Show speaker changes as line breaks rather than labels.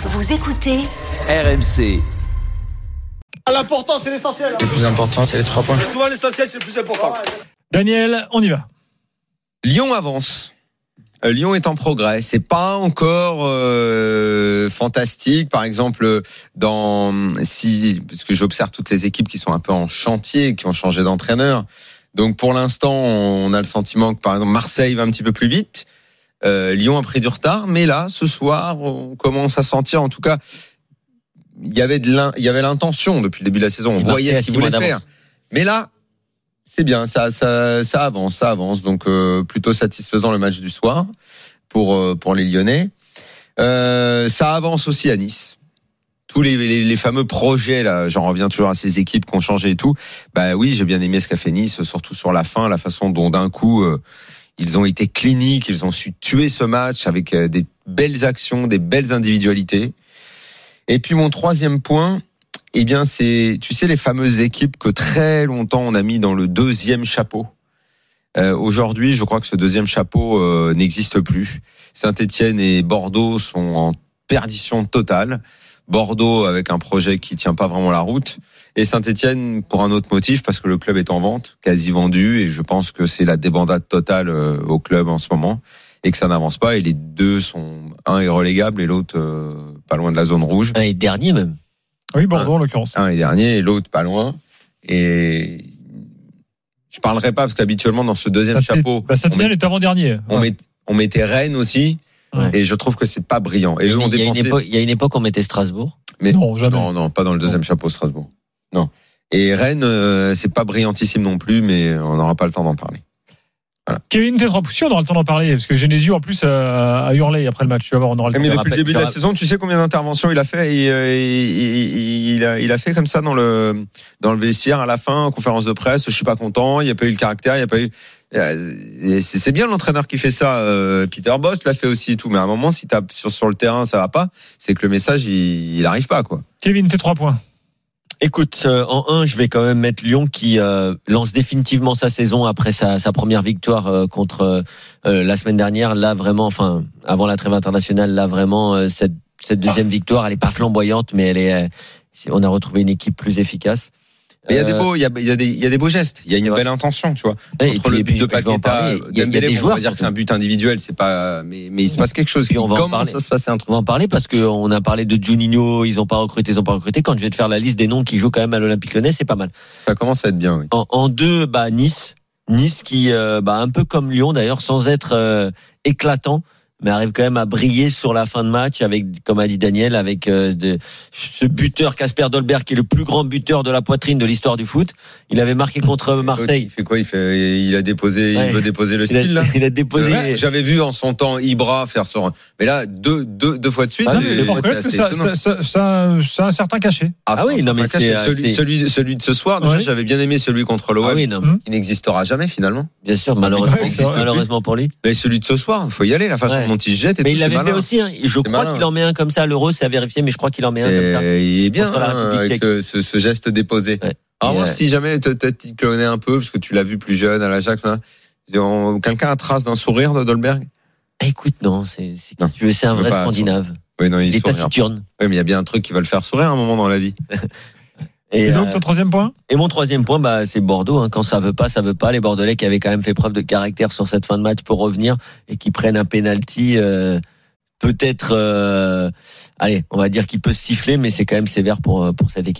Vous écoutez
RMC.
L'important, c'est l'essentiel.
Le plus important, c'est les trois points.
Souvent, l'essentiel, c'est le plus important.
Daniel, on y va.
Lyon avance. Euh, Lyon est en progrès. C'est pas encore euh, fantastique. Par exemple, dans si parce que j'observe toutes les équipes qui sont un peu en chantier, qui ont changé d'entraîneur. Donc pour l'instant, on a le sentiment que par exemple Marseille va un petit peu plus vite. Euh, Lyon a pris du retard, mais là, ce soir, on commence à sentir. En tout cas, il y avait de l'in- il y avait l'intention depuis le début de la saison. On
Marseille
voyait
a
ce qu'ils
six mois
voulaient faire.
d'avance.
Mais là, c'est bien, ça, ça, ça avance, ça avance. Donc euh, plutôt satisfaisant le match du soir pour euh, pour les Lyonnais. Euh, ça avance aussi à Nice. Tous les, les, les fameux projets là, j'en reviens toujours à ces équipes qui ont changé et tout. Bah oui, j'ai bien aimé ce qu'a fait Nice, surtout sur la fin, la façon dont d'un coup euh, ils ont été cliniques, ils ont su tuer ce match avec euh, des belles actions, des belles individualités. Et puis mon troisième point, eh bien, c'est, tu sais, les fameuses équipes que très longtemps on a mis dans le deuxième chapeau. Euh, Aujourd'hui, je crois que ce deuxième chapeau euh, n'existe plus. Saint-Étienne et Bordeaux sont en perdition totale. Bordeaux avec un projet qui tient pas vraiment la route et Saint-Étienne pour un autre motif parce que le club est en vente, quasi vendu et je pense que c'est la débandade totale euh, au club en ce moment et que ça n'avance pas et les deux sont un est relégable et l'autre euh, pas loin de la zone rouge.
Un et dernier même.
Oui,
Ah.
Bordeaux en l'occurrence.
Un est dernier et l'autre pas loin. Et je parlerai pas parce qu'habituellement dans ce deuxième
Saint-
chapeau,
Bah,
on, met-
Saint-Étienne est avant-dernier.
on met- on mettait Rennes aussi.
Ouais.
Et je trouve que c'est pas brillant. Et eux ont
il, y a une
dépensé.
époque, il y a une époque, on mettait Strasbourg.
mais-
Ah, Non, jamais.
Non, non, pas dans le deuxième chapeau Strasbourg. Non. Et Rennes, euh, c'est pas brillantissime non plus, mais on n'aura pas le temps d'en parler.
Kevin, t'es trop poussé, on aura le temps d'en parler. Parce que Genesio, en plus, euh, a, a hurlé après le match. Tu vas voir, on aura le temps.
Eh, Mais
te
depuis le
rappelle-
début de
je
la
te
saison, tu sais combien d'interventions il a fait il, euh, il- il- il a, il a fait comme ça dans le, dans le vestiaire à la fin, en conférence de presse. Je suis pas content, il n'y a pas eu le caractère, il n'y a pas eu. Euh, et C'est c'est bien l'entraîneur qui fait ça. euh, Peter Boss l'a fait aussi et tout. Mais à un moment, si t'as sur, sur le terrain, ça va pas, c'est que le message, il n'arrive pas. quoi.
Kevin, t'es trois points.
Écoute, euh, en un, je vais quand même mettre Lyon qui euh, lance définitivement sa saison après sa, sa première victoire euh, contre euh, euh, la semaine dernière. Là vraiment, enfin avant la trêve internationale, là vraiment euh, cette,
Ah.
cette deuxième victoire, elle est pas flamboyante, mais elle est. euh, c'est- on a retrouvé une équipe plus efficace.
Mais il y a des
Euh,
beaux, il y a, il y a des, il y a des beaux gestes. Il y a une
Ouais.
belle intention, tu vois.
et
Entre
puis-
le
et
but
puis,
de
je vais en
Paqueta,
parler. Il y a- il y a
Dembélé,
des
bon, on
joueurs.
va dire que c'est un but individuel, c'est pas, mais, mais il se passe quelque chose.
Puis on va en
Comment
parler.
ça se passe, c'est un truc.
On va en parler parce qu'on a parlé de Juninho, ils ont pas recruté, ils ont pas recruté. Quand je vais te faire la liste des noms qui jouent quand même à l'Olympique Lyonnais, c'est pas mal.
Ça commence à être bien, oui.
En, en deux, bah, Nice. Nice qui, euh, bah, un peu comme Lyon d'ailleurs, sans être euh, éclatant, mais arrive quand même à briller sur la fin de match avec, comme a dit Daniel, avec euh, de- ce buteur Casper Dolberg qui est le plus grand buteur de la poitrine de l'histoire du foot. Il avait marqué contre
Euh, Il
Marseille.
fait quoi il, fait, il a déposé,
Ouais.
il veut déposer le
Il a,
style là.
il a déposé.
Ouais, J'avais vu en son temps Ibra faire son. Mais là, deux, deux, deux fois de suite.
Ah
Non,
oui,
mais
et-
faut
oui,
c'est
reconnaître que
assez
ça,
étonnant.
ça, ça- ça- ça a un certain cachet.
Ah,
Ah oui,
c'est un
non, mais
fracas.
c'est,
celui,
c'est-
celui, celui de ce soir. Déjà,
Ouais.
j'avais bien aimé celui contre l'OM,
Ah oui, non,
Hum.
qui n'existera jamais finalement.
bien sûr, malheureusement,
Ouais, c'est vrai.
malheureusement pour lui.
Mais celui de ce soir, il faut y aller. La façon
Ouais.
dont il se jette. Et
Mais
tout,
il
c'est
l'avait fait
malin.
aussi. hein. Je crois
malin.
qu'il en met un comme ça à l'euro, c'est à vérifier, mais je crois qu'il en met un comme ça.
Et Il est bien
Contre la
hein,
République
avec ce, ce- ce geste déposé.
Ouais.
Alors
Et,
moi,
euh,
si jamais te- te- tu connais un peu, parce que tu l'as vu plus jeune à l'Ajax, hein, on- quelqu'un a trace d'un sourire de Dolberg
Ah, écoute, non, c'est, c'est, qui
Non,
tu veux, c'est un
on peut
vrai
pas-
Scandinave.
Oui, non, il
Il est
sourit.
taciturne.
Oui, mais il y a bien un truc qui va le faire sourire à un moment dans la vie.
Et, donc,
euh,
ton troisième point
Et mon troisième point, bah, c'est Bordeaux. hein. Quand ça veut pas, ça veut pas. Les Bordelais qui avaient quand même fait preuve de caractère sur cette fin de match pour revenir et qui prennent un penalty, euh, peut-être, euh, allez, on va dire qu'il peut siffler, mais c'est quand même sévère pour euh, pour cette équipe.